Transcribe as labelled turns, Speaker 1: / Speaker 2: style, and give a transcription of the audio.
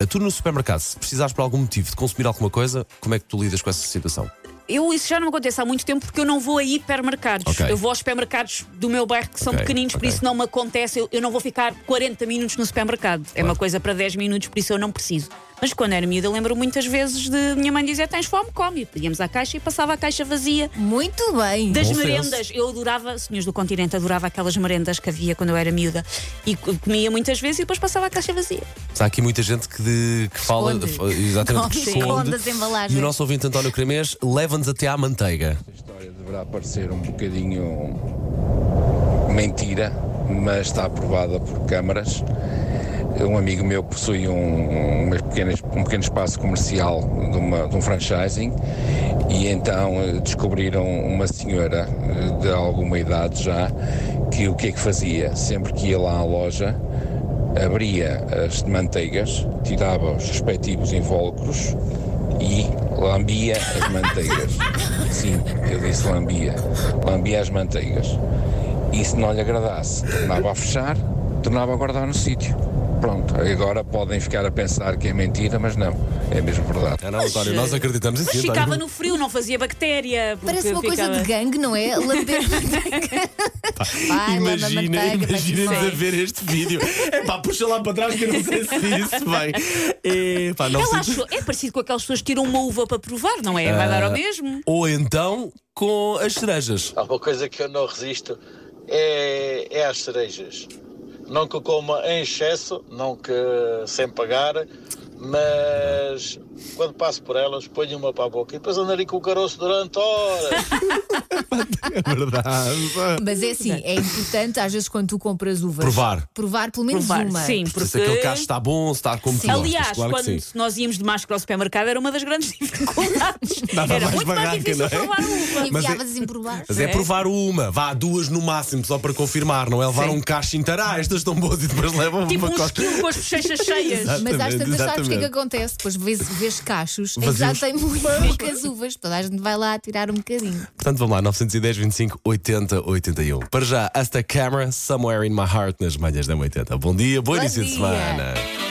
Speaker 1: Eh, Tu no supermercado, se precisares por algum motivo de consumir alguma coisa, como é que tu lidas com essa situação?
Speaker 2: Eu, isso já não acontece há muito tempo porque eu não vou a hipermercados.
Speaker 1: Ok.
Speaker 2: Eu vou aos supermercados do meu bairro que são
Speaker 1: Ok,
Speaker 2: pequeninos, por
Speaker 1: ok.
Speaker 2: isso não me acontece. Eu, eu não vou ficar 40 minutos no supermercado. É uma coisa para 10 minutos, por isso eu não preciso. Mas quando era miúda, eu lembro muitas vezes de minha mãe dizer: Tens fome? Come. E Pedíamos à caixa e passava a caixa vazia.
Speaker 3: Muito bem.
Speaker 2: Das
Speaker 1: Bom senso.
Speaker 2: merendas, eu adorava, senhores do continente, adorava aquelas merendas que havia quando eu era miúda e co- comia muitas vezes e depois passava a caixa vazia.
Speaker 1: Mas Há aqui muita gente que, de- que fala,
Speaker 3: Esconde.
Speaker 1: fa- exatamente, que
Speaker 3: Esconde.
Speaker 1: esconde.
Speaker 3: Esconde as embalagens.
Speaker 1: E o nosso ouvinte António Cremês leva-nos até à manteiga.
Speaker 4: Esta história deverá parecer um bocadinho mentira, mas está aprovada por câmaras. Um amigo meu possui um, umas pequenas- um pequeno espaço comercial de, uma- de um franchising e então eh, descobriram uma senhora eh, de alguma idade já que o que é que fazia? Sempre que ia lá à loja, abria as manteigas, tirava os respectivos invólucros e lambia as manteigas. Sim, eu disse lambia. Lambia as manteigas. E se não lhe agradasse, tornava a fechar, tornava a guardar no sítio. Pronto, agora podem ficar a pensar que é mentira, mas não, é mesmo verdade.
Speaker 1: Ah, não, António, nós acreditamos em
Speaker 2: Mas
Speaker 1: ti, António.
Speaker 2: ficava no frio, não fazia bactéria. porque
Speaker 3: Parece uma coisa
Speaker 2: ficava-
Speaker 3: de gangue, não é? Lamber manteiga. Vai, lama manteiga, vai
Speaker 1: imagina-nos
Speaker 3: sim.
Speaker 1: a ver este vídeo. É pá, puxa lá para trás que eu não sei se isso vai. É pá, não
Speaker 2: Ela
Speaker 1: sei.
Speaker 2: achou, é parecido com aquelas pessoas que tiram uma uva para provar, não é? Vai dar
Speaker 1: Ah,
Speaker 2: ao mesmo.
Speaker 1: Ou então com as cerejas.
Speaker 5: Há uma coisa que eu não resisto é, é as cerejas. Não que coma em excesso, não que sem pagar, mas quando passo por elas, ponho uma para a boca e depois ando ali com o caroço durante horas.
Speaker 1: É verdade.
Speaker 3: Mas é assim, é importante às vezes quando tu compras uvas.
Speaker 1: Provar.
Speaker 3: Provar pelo menos
Speaker 2: Provar,
Speaker 3: uma.
Speaker 2: sim,
Speaker 1: Se aquele cacho
Speaker 2: porque.
Speaker 1: está bom, se está como tu gostas,
Speaker 2: Aliás,
Speaker 1: claro que
Speaker 2: quando
Speaker 1: sim.
Speaker 2: nós íamos de máscara ao supermercado era uma das grandes dificuldades.
Speaker 1: Dava
Speaker 2: era
Speaker 1: mais
Speaker 2: muito
Speaker 1: barraca,
Speaker 2: mais difícil
Speaker 1: não é?
Speaker 2: provar uva.
Speaker 3: E
Speaker 1: Mas é-
Speaker 3: enfiavas assim por baixo.
Speaker 1: Mas é,
Speaker 2: É.
Speaker 1: provar uma, vá, duas no máximo, só para confirmar, não é? Levar
Speaker 2: Sim.
Speaker 1: um cacho inteiro, ah, estas estão boas e depois levam
Speaker 2: Tipo
Speaker 1: um
Speaker 2: um
Speaker 1: pacote.
Speaker 2: esquilo com as bochechas cheias.
Speaker 3: Mas às tantas sabes o que é
Speaker 1: exatamente.
Speaker 3: que acontece? Depois vês, vês cachos em que já
Speaker 1: Vazios.
Speaker 3: tem muito poucas uvas. Toda a gente vai lá tirar um bocadinho.
Speaker 1: Portanto, vamos lá, 910, 25, 80, 81. Para já, Hasta Camera, Somewhere in My Heart, nas manhãs da 80. Bom dia, bom,
Speaker 3: Bom
Speaker 1: início de
Speaker 3: dia.
Speaker 1: semana.